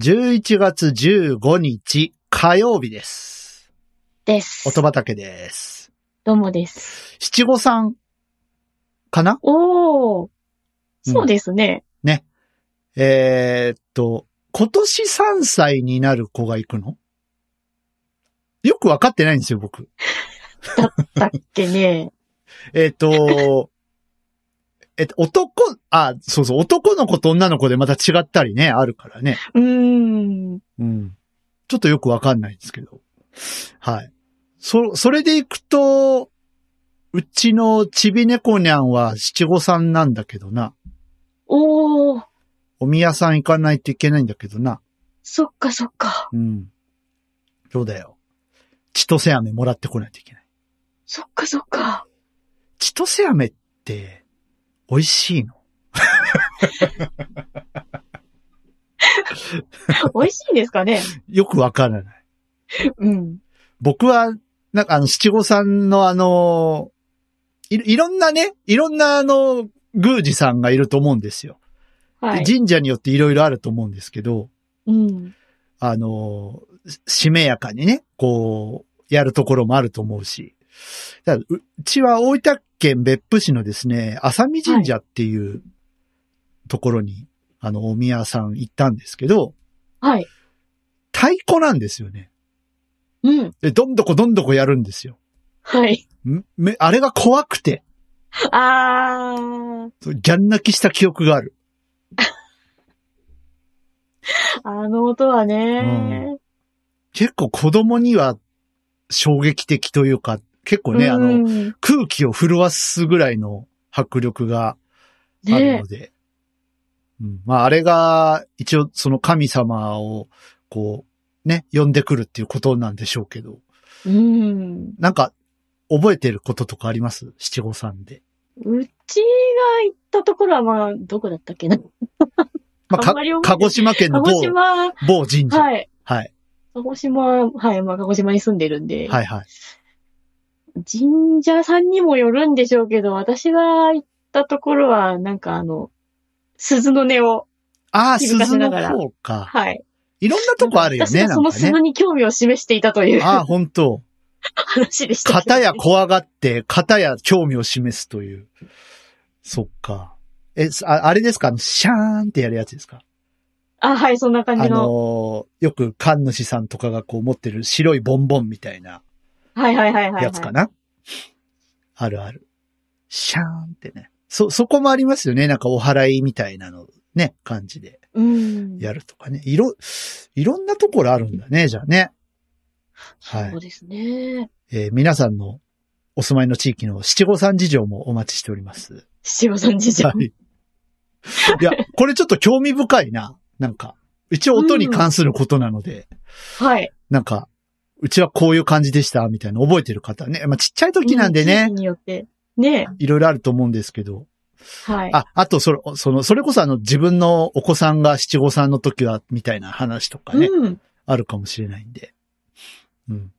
11月15日火曜日です。です。音畑です。どうもです。七五三かなおー。うんそうですね。えーっと、今年3歳になる子が行くのよくわかってないんですよ、僕。だっけね。えーっと、 えっと、男、あ、そうそう、男の子と女の子でまた違ったりね、あるからね。うーん。うん。ちょっとよくわかんないんですけど。はい。そ、それで行くと、うちのちび猫にゃんは七五三なんだけどな。おー。お宮さん行かないといけないんだけどな。そっかそっか。うん。そうだよ。千歳飴もらってこないといけない。そっかそっか。千歳飴って、美味しいの美味しいんですかね。よくわからない。うん。僕は、なんかあの、七五三のあの、い、いろんなね、いろんなあの、宮司さんがいると思うんですよ。はでい。神社によっていろいろあると思うんですけど、うん。あのー、ししめやかにね、こう、やるところもあると思うし。だからううちは大分県別府市のですね、浅見神社っていうところに、あの、お宮さん行ったんですけど、はい。太鼓なんですよね。うん。で、どんどこどんどこやるんですよ。はい。んめ、あれが怖くて、あー。そうギャン泣きした記憶がある。あの音はね。結構子供には衝撃的というか、結構ね、あの、の、空気を震わすぐらいの迫力があるねので、うん、まああれが一応その神様をこうね、呼んでくるっていうことなんでしょうけど、うん。なんか覚えてることとかあります七五三で。うちが行ったところはまあ、どこだったっけな。まあ、あかんまり覚えて鹿児島県の鹿某児島、某神社。はい、ははい。い。鹿児島、はい、まあ、鹿児島に住んでるんで。はい、神社さんにもよるんでしょうけど、私が行ったところは、なんかあの、鈴の音を、ああ、静かし鈴なのがら方か。はい。いろんなとこあるよね、私がなそんのかね鈴。に興味を示していたというああ、本当話でした。片や怖がって、片や興味を示すという。そっか。え、すああれですかあの、シャーンってやるやつですかあ、はい、そんなあ感のじの。ーよく神主さんとかがこう持ってる白いボンボンみたいなはいはいはいはい、はい。やつかな、あるある。シャーンってね。そ、そこもありますよね。なんかお祓いみたいなの、ね、感じでうん。やるとかね。いろ、いろんなところあるんだね、じゃあね。はいそうですね。えー皆さんのお住まいの地域の七五三事情もお待ちしております。七五三神社。はい。いや、これちょっと興味深いな。なんか、一応音に関することなので、はい。なんか、うちはこういう感じでした、みたいな覚えてる方ね。まあ、ちっちゃい時なんでうん地ね域、によって。ね。いろいろあると思うんですけど。はい。あ、あと、それ、その、それこそあの、自分のお子さんが七五三の時は、みたいな話とかね、うん。あるかもしれないんで。うん。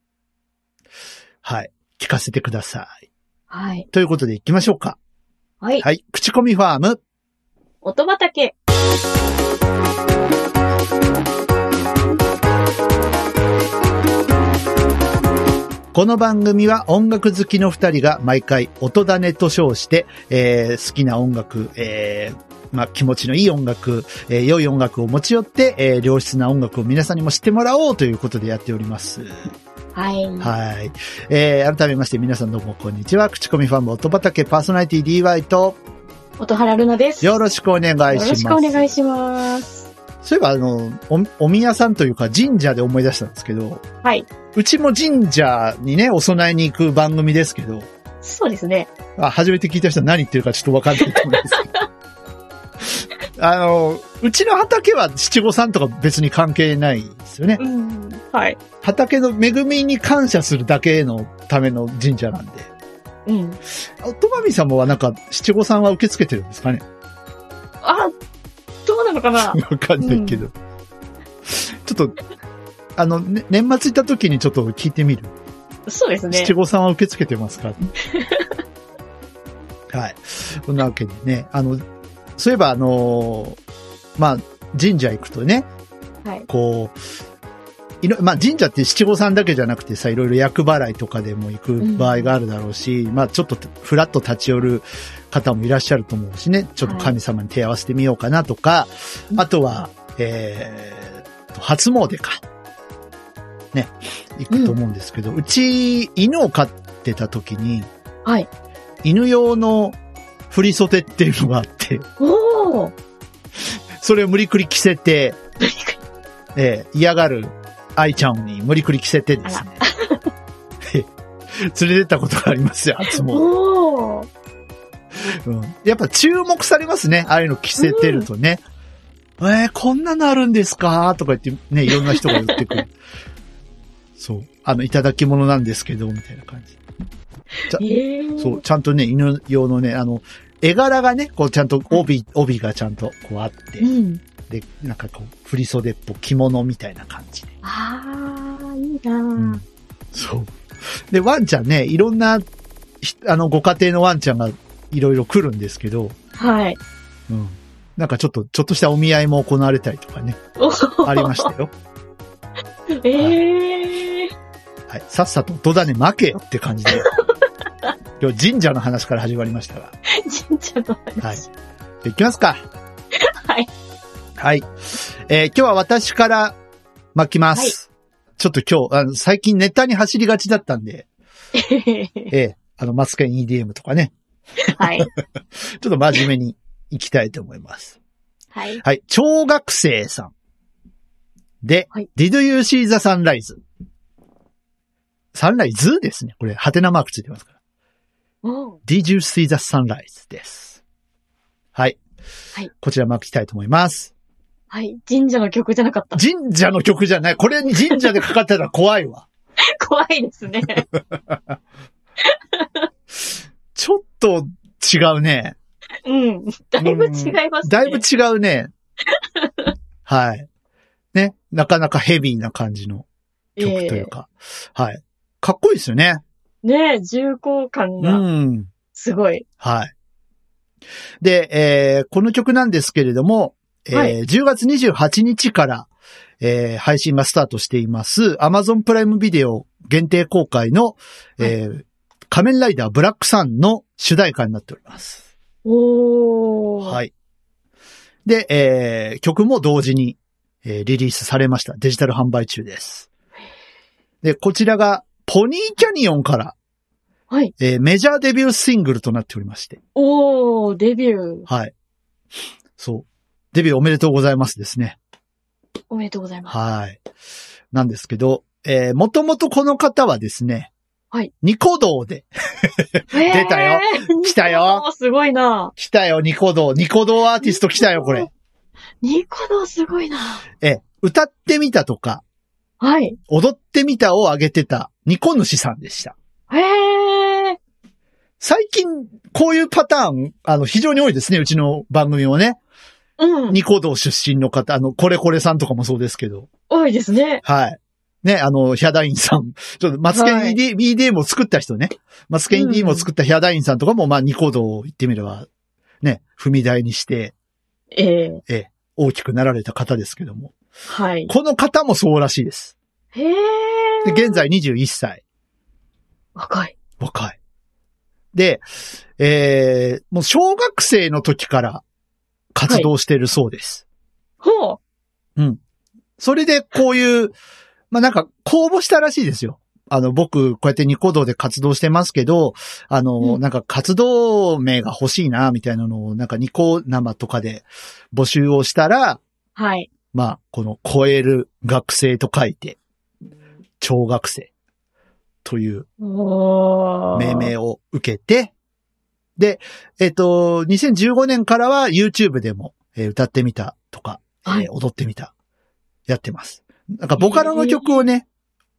はい。聞かせてください。はい。ということで行きましょうか。はい。はい。口コミファーム。音畑。この番組は音楽好きの二人が毎回音種と称して、えー好きな音楽、えーまあ、気持ちのいい音楽、えー良い音楽を持ち寄って、えー良質な音楽を皆さんにも知ってもらおうということでやっております。はい。はい。えー改めまして皆さんどうもこんにちは。口コミファンム音畑パーソナリティ DY と音原ルナです。よよろしくお願いしまろす。しくお願いします。そういえばあの、お、お宮さんというか神社で思い出したんですけど、はい。うちも神社にね、お供えに行く番組ですけど、そうですね。あ、初めて聞いた人は何言ってるかちょっとわかんないと思いますけど。あの、うちの畑は七五三とか別に関係ないですよね。うん。はい。畑の恵みに感謝するだけのための神社なんで。うん。おとまみさんもはなんか七五三は受け付けてるんですかねあ、どうなのか なわかんないけど。ちょっと、あの、ね年末行った時にちょっと聞いてみる。そうですね七。五三は受け付けてますか はい。そんなわけでね、あの、そういえばあのーまあ、神社行くとね、はい。こう、いろ、まあ神社って七五三だけじゃなくてさ、いろいろ厄払いとかでも行く場合があるだろうし、まあちょっとふらっと立ち寄る方もいらっしゃると思うしね、ちょっと神様に手合わせてみようかなとか、うんあとは、えーと、初詣か。ね、行くと思うんですけど、うち犬を飼ってた時に、はい。犬用の振り袖っていうのがあって、おーそれを無理くり着せて、えー嫌がる愛ちゃんに無理くり着せてですね。 連れてったことがありますよ、初詣。おーうん、やっぱ注目されますね、ああいうの着せてるとね。えーこんなのあるんですかとか言ってね、いろんな人が言ってく る。そう。あの、いただき物なんですけど、みたいな感じ。えーそう、ちゃんとね、犬用のね、あの、絵柄がね、こうちゃんと帯、帯がちゃんとこうあってう、ん。で、なんかこう、振り袖っぽい着物みたいな感じで。ああ、いいなうんー。そう。で、ワンちゃんね、いろんなひ、あの、ご家庭のワンちゃんがいろいろ来るんですけど、はい。うん。なんかちょっと、ちょっとしたお見合いも行われたりとか ね、おありましたよ。ええー。はい。さっさと音だね、負けよって感じ で。今日神社の話から始まりましたが。神社のはい話。。じゃあ行きますか。はい。はい。えー今日は私から巻きます。ちょっと今日、あの、最近ネタに走りがちだったんで、はい。えーあの、マスケン EDM とかね、 はい。ちょっと真面目に行きたいと思います。はい。はい。超学生さん。で、はい Did you see the sunrise? サンライズですね。これ、ハテナマークついてますから。おー Did you see the sunrise? です。はい。はいこちら巻きたいと思います。はい。神社の曲じゃなかった。 神社の曲じゃない。これに神社でかかってたら怖いわ。 怖いですね。ちょっと違うね。うん。だいぶ違いますね。だいぶ違う ね。はい。ね。なかなかヘビーな感じの曲というか。はい。かっこいいですよね。ええねえ、重厚感うがん。すごい。はい。で、えーこの曲なんですけれども、えーはい10月28日から、えー配信がスタートしています、Amazon プライムビデオ限定公開の、えー仮面ライダーブラックサンの主題歌になっております。おー。。はいい。で、えー曲も同時に、えーリリースされました。デジタル販売中です。で、こちらが、ポニーキャニオンから、はい。えーメジャーデビューシングルとなっておりまして、おー、デビュー。はい。そう。デビューおめでとうございますですね。おめでとうございます。はい。なんですけど、えー、もともとこの方はですね、はい。ニコ動で、出出たよ。来たよ。すごいな。来たよ、ニコ動。ニコ動アーティスト来たよ、これ。ニコ動すごいな。えー、歌ってみたとか、はい。踊ってみたを上げてたニコ主さんでした。へえ。最近、こういうパターン、あの、非常に多いですね、うちの番組もね。うん。ニコ動出身の方、あの、これこれさんとかもそうですけど。多いですね。はい。ね、あの、ヒャダインさん。 ちょっと、マツケンはい ED、EDM を作った人ね。マツケン EDM を作ったヒャダインさんとかも、まあ、ニコ動を言ってみれば、ね、踏み台にしてええ大きくなられた方ですけども。はい。この方もそうらしいです。へえ。で、現在21歳。若い。若い。で、えー、もう小学生の時から活動してるそうです。ほう。それで、こういう、まあ、なんか、公募したらしいですよ。あの、僕、こうやってニコ動で活動してますけど、あの、うんなんか活動名が欲しいな、みたいなのを、なんかニコ生とかで募集をしたら、はい。まあ、この超える学生と書いて、超学生というおー。命名を受けて、で、えっ、と、2015年からは YouTube でも、えー歌ってみたとか、えーはい踊ってみた、やってます。なんかボカロの曲をね、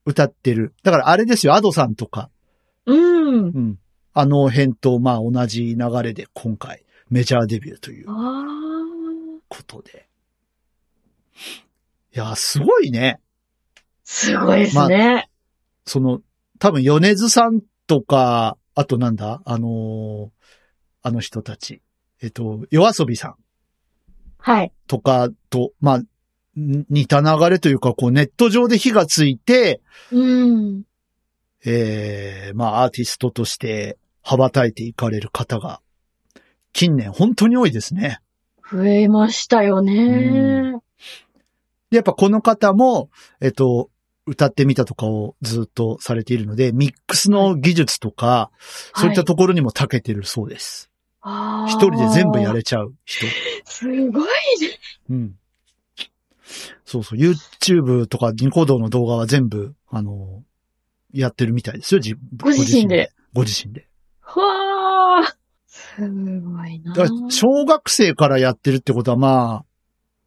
歌ってる。だからあれですよ、アドさんとか、うん。うん。あの辺と、まあ同じ流れで今回、メジャーデビューというあー。ことで。いやー、すごいね。すごいですね。その、多分、米津さんとか、あとなんだあのーあの人たち。えっと、夜遊びさんはい。とかと、まあ、似た流れというか、こうネット上で火がついて、うん。ええまあアーティストとして羽ばたいていかれる方が、近年本当に多いですね。増えましたよね。で、やっぱこの方も、えっと、歌ってみたとかをずっとされているので、ミックスの技術とか、そういったところにも長けてるそうです。はい一人で全部や。れちゃう人。あーすごいね。うん。そうそう、YouTube とかニコ動の動画は全部、あの、やってるみたいですよ、自ご自身で。ご自身で。はあ。すごいな。だから、小学生からやってるってことは、まあ、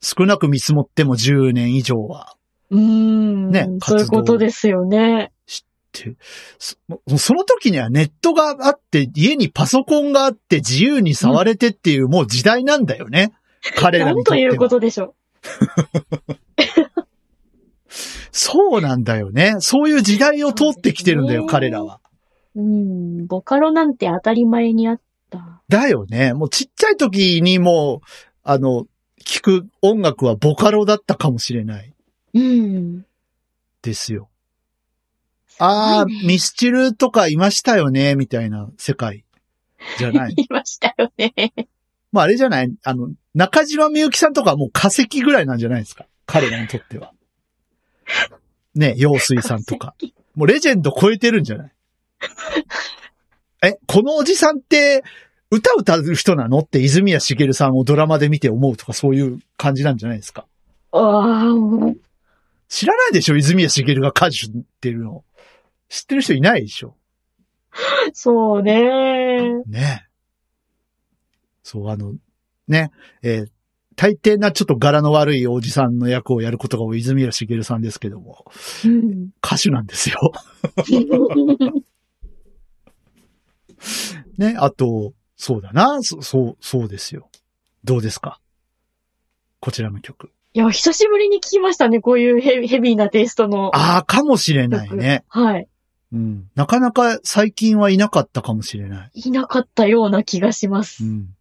少なく見積もっても10年以上は。うん。ねそういうことですよね。そその時にはネットがあって、家にパソコンがあって、自由に触れてっていう、もう時代なんだよね。彼ならんにととっいてうこは。とでしょそうなんだよね。そういう時代を通ってきてるんだよ、そうですね彼らは。う。うん。ボカロなんて当たり前にあった。だよね。もうちっちゃい時にもう、あの、聞く音楽はボカロだったかもしれないうん。ですよ。ああ、ミスチルとかいましたよね、みたいな世界じゃない。言いましたよね。まああれじゃないあの、中島みゆきさんとかはもう化石ぐらいなんじゃないですか彼らにとっては。ね、陽水さんとか。もうレジェンド超えてるんじゃないえ、このおじさんって歌歌う人なのって泉谷しげるさんをドラマで見て思うとかそういう感じなんじゃないですかああ、もう知らないでしょ泉谷しげるが歌手っていうの。知ってる人いないでしょそうね。ねえ。そう、あの、ね、えー大抵なちょっと柄の悪いおじさんの役をやることが多い泉谷しげるさんですけども、 うん。歌手なんですよ。ね、あと、そうだな、そそう、そうですよ。どうですかこちらの曲。いや、久しぶりに聞きましたね。こういうヘビヘビーなテイストの。ああ、かもしれない ね。はい。うん。なかなか最近はいなかったかもしれない。いなかったような気がしまうす。ん。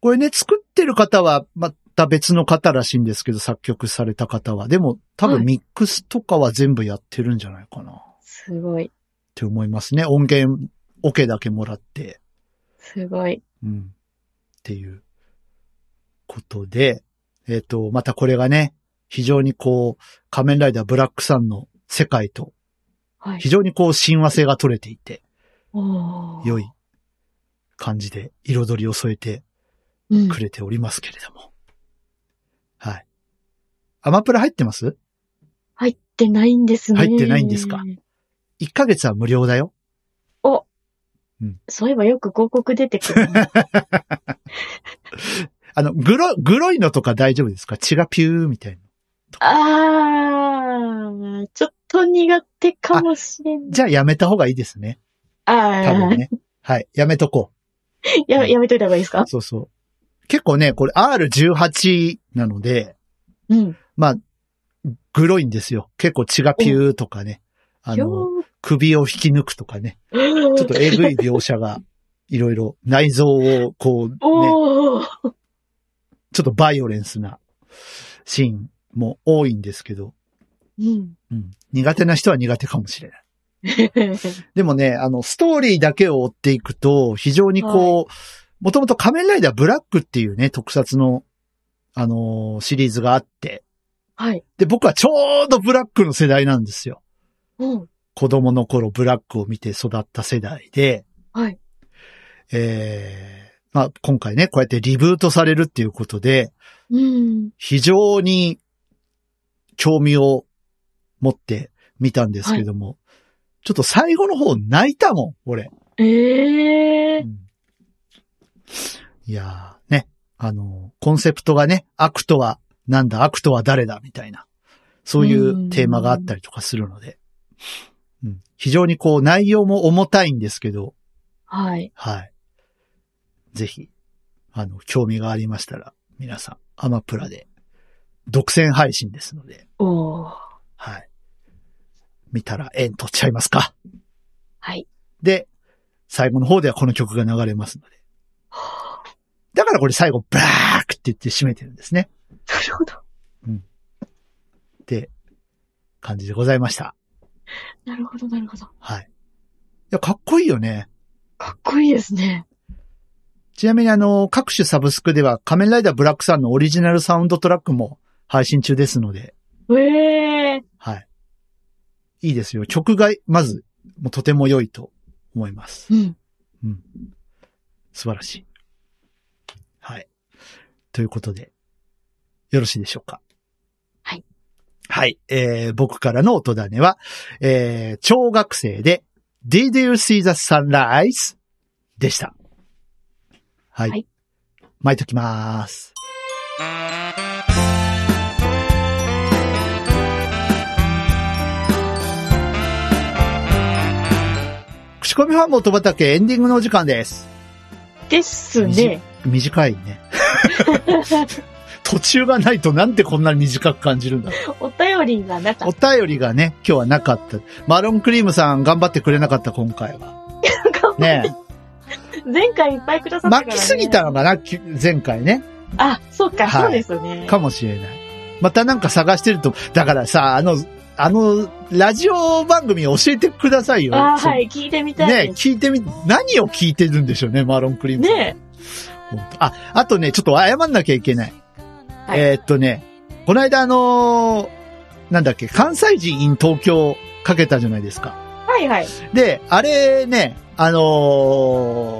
これね、作ってる方はまた別の方らしいんですけど、作曲された方は。でも多は分いミックスとかは全部やってるんじゃないかな。っすごい。て思いますね。音源、オ、ケだけもらって。すごい。うん。っていうことで、えっ、と、またこれがね、非常にこう、仮面ライダーブラックさんの世界と、はい非。常にこう、親和性が取れていて、おー良い感じで彩りを添えてうんくれておりますけれども。はい。アマプラ入ってます入ってないんですね。入ってないんですか ?1 ヶ月は無料だよ。そういえばよく広告出てくるな。あの、グロ、グロいのとか大丈夫ですか血がピューみたいな。あー、ちょっと苦手かもしれない。じゃあやめた方がいいですね。多あ分ね。はい。やめとこー、や、やめといた方がいいですかう。そうそう。結構ね、これ R18 なので、うん。まあ、グロいんですよ。結構血がピューとかね。あの、よ首を引き抜くとかね。ーちょっとえぐい描写が、いろいろ内臓をこう、ね、おー、ちょっとバイオレンスなシーンも多いんですけど、うん。うん、苦手な人は苦手かもしれない。でもね、あの、ストーリーだけを追っていくと、非常にこう、もともと仮面ライダーブラックっていうね、特撮の、あのーシリーズがあって、はい。で、僕はちょうどブラックの世代なんですよ。うん。子供の頃ブラックを見て育った世代で、はい。えー、まあ、今回ね、こうやってリブートされるっていうことで、うん。非常に興味を持って見たんですけども、ちょっと最後の方泣いたもん、俺。ええうんいやーね、あの、コンセプトがね、悪とはなんだ、悪とは誰だ、みたいな、そういうテーマがあったりとかするので、うん、非常にこう内容も重たいんですけど、はい。はい。ぜひ、あの、興味がありましたら、皆さん、アマプラで、独占配信ですので、おー。はい。見たら縁取っちゃいますか。はい。で、最後の方ではこの曲が流れます ので。だからこれ最後、ブラークって言って締めてるんですね。なるほど。って感じでございました。なるほど、なるほど。はい。いや、かっこいいよね。かっこいいですね。ちなみにあの、各種サブスクでは仮面ライダーブラックさんのオリジナルサウンドトラックも配信中ですので、ええはい。いいですよ。曲が、まず、もうとても良いと思います。うん。素晴らしい。はい。ということで、よろしいでしょうか。はい。はい。えー、僕からの音種は、えー、超学生で、Did you see the sunrise? でした。はい。はい巻いときます。口コミファンも音畑エンディングのお時間です。ですね。短いね。 途中がないとなんでこんなに短く感じるんだろう。お便りがなかおっ便りがね、今日はなかった。マロンクリームさん頑張ってくれなかった、今回 は。た。ね前回いっぱいくださったから、巻きね。すぎたのかな、き前回ね。あ、そうか、はいそうですよね。かもしれない。またなんか探してると、だからさ、あの、あの、ラジオ番組教えてくださいよ。あそうはい、聞いてみたいねです。聞いてみ、何を聞いてるんでしょうね、マロンクリームさん。ね本当あ、あとね、ちょっと謝んなきゃいけない。はいえーっとね、この間あのーなんだっけ、関西人 in 東京かけたじゃないですか。はいはい。で、あれね、あの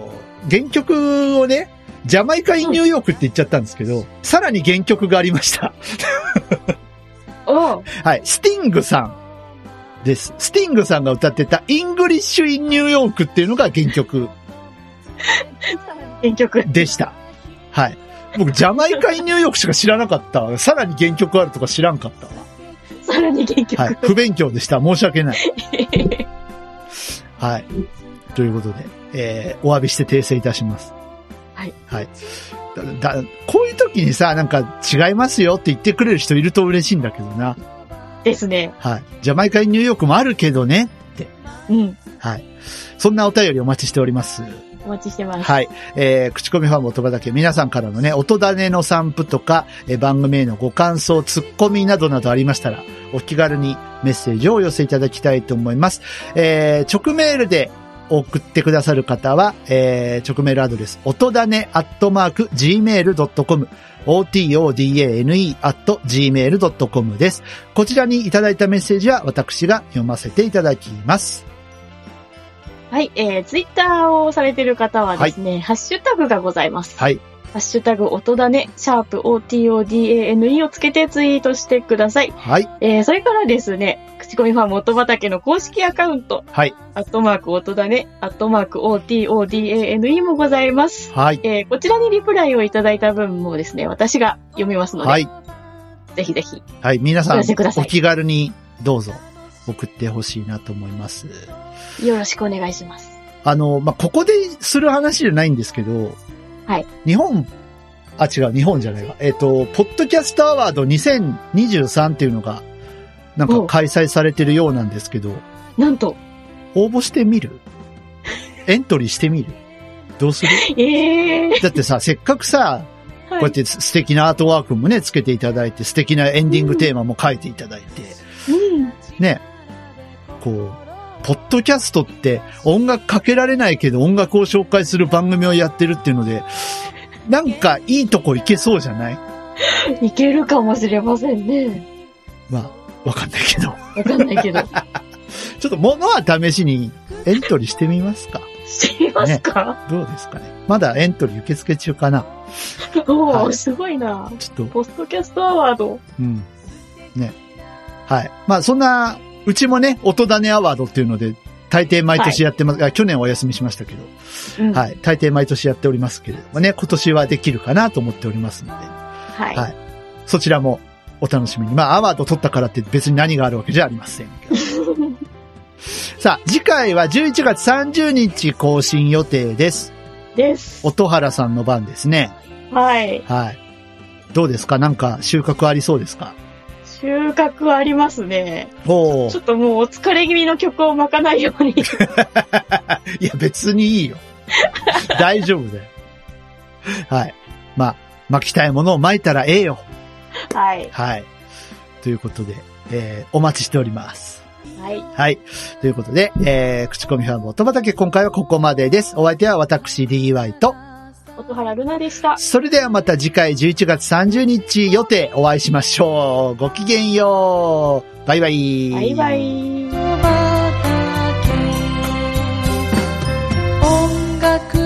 ー原曲をね、ジャマイカ in ニューヨークって言っちゃったんですけど、さらに原曲がありました。 おうはい、スティングさんです。スティングさんが歌ってたイングリッシュ in ニューヨークっていうのが原曲原曲。 でした。はい。僕、ジャマイカ in ニューヨークしか知らなかったわ。さらに原曲あるとか知らんかったわ。さらに原曲。 はい。不勉強でした。申し訳ない。はい。ということで、えー、お詫びして訂正いたします。はい。はい。だ、だこういう時にさ、なんか違いますよって言ってくれる人いると嬉しいんだけどな。ですね。はい。ジャマイカにニューヨークもあるけどね。うん。はい。そんなお便りお待ちしております。お待ちしてます。はい。えー、口コミファンも音畑、皆さんからのね、音種の散布とか、えー番組へのご感想、ツッコミなどなどありましたら、お気軽にメッセージをお寄せいただきたいと思います。えー、直メールで送ってくださる方は、えー、直メールアドレス、音種アットマーク gmail.com、otodane アット gmail.com です。こちらにいただいたメッセージは私が読ませていただきます。はい、えー、ツイッターをされてる方はですね、ハッシュタグがございます。はい。ハッシュタグ、音だね、シャープ、OTODANE をつけてツイートしてください。はい。えー、それからですね、口コミファン元畑の公式アカウント、はい。アットマーク、音だね、アットマーク、OTODANE もございます。はい。えー、こちらにリプライをいただいた分もですね、私が読みますので、はい。ぜひぜひ。はい、皆さんお寄せくだ、さおい気軽にどうぞ送ってほしいなと思います。よろしくお願いします。あの、まあ、ここでする話じゃないんですけど、はい。日本、あ、違う、日本じゃないわ。えっ、と、ポッドキャストアワード2023っていうのが、なんかお開催されてるようなんですけど、なんと、応募してみ るエントリーしてみるどうするえー、だってさ、せっかくさ、はこうやって素敵なアートワークもね、つけていただいて、素敵なエンディングテーマも書いていただいて、うん、ね、こう、ポッドキャストって音楽かけられないけど音楽を紹介する番組をやってるっていうので、なんかいいとこ行けそうじゃないいけるかもしれませんね。まあ、わかんないけど。わかんな いけど。ちょっと物は試しにエントリーしてみますか知りますか、どうですかねまだエントリー受付中かなおーはいすごいな。ちょっと、ポストキャストアワード。うん。ね。はい。まあ、そんな、うちもね、音種アワードっていうので、大抵毎年やってます。あ去年はお休みしましたけど。うんはい。はい。大抵毎年やっておりますけれどもね、今年はできるかなと思っておりますので、はいそちらもお楽しみに。まあ、アワード取ったからって別に何があるわけじゃありません けど。さあ、次回は11月30日更新予定です。です。音原さんの番ですね。はい。はい。どうですかなんか収穫ありそうですか収穫ありますね。おおちょ。っともうお疲れ気味の曲を巻かないように。いや、別にいい よ。大丈夫だよ。はい。まあ、巻きたいものを巻いたらええよ。はい。はい。ということで、えーお待ちしております。はい。はい。ということで、えー、口コミファーム音畑今回はここまでです。お相手は私 DY と、音原ルナでした。それではまた次回11月30日予定お会いしましょう。ごきげんよう。バイバイ。バイバ。イ。音楽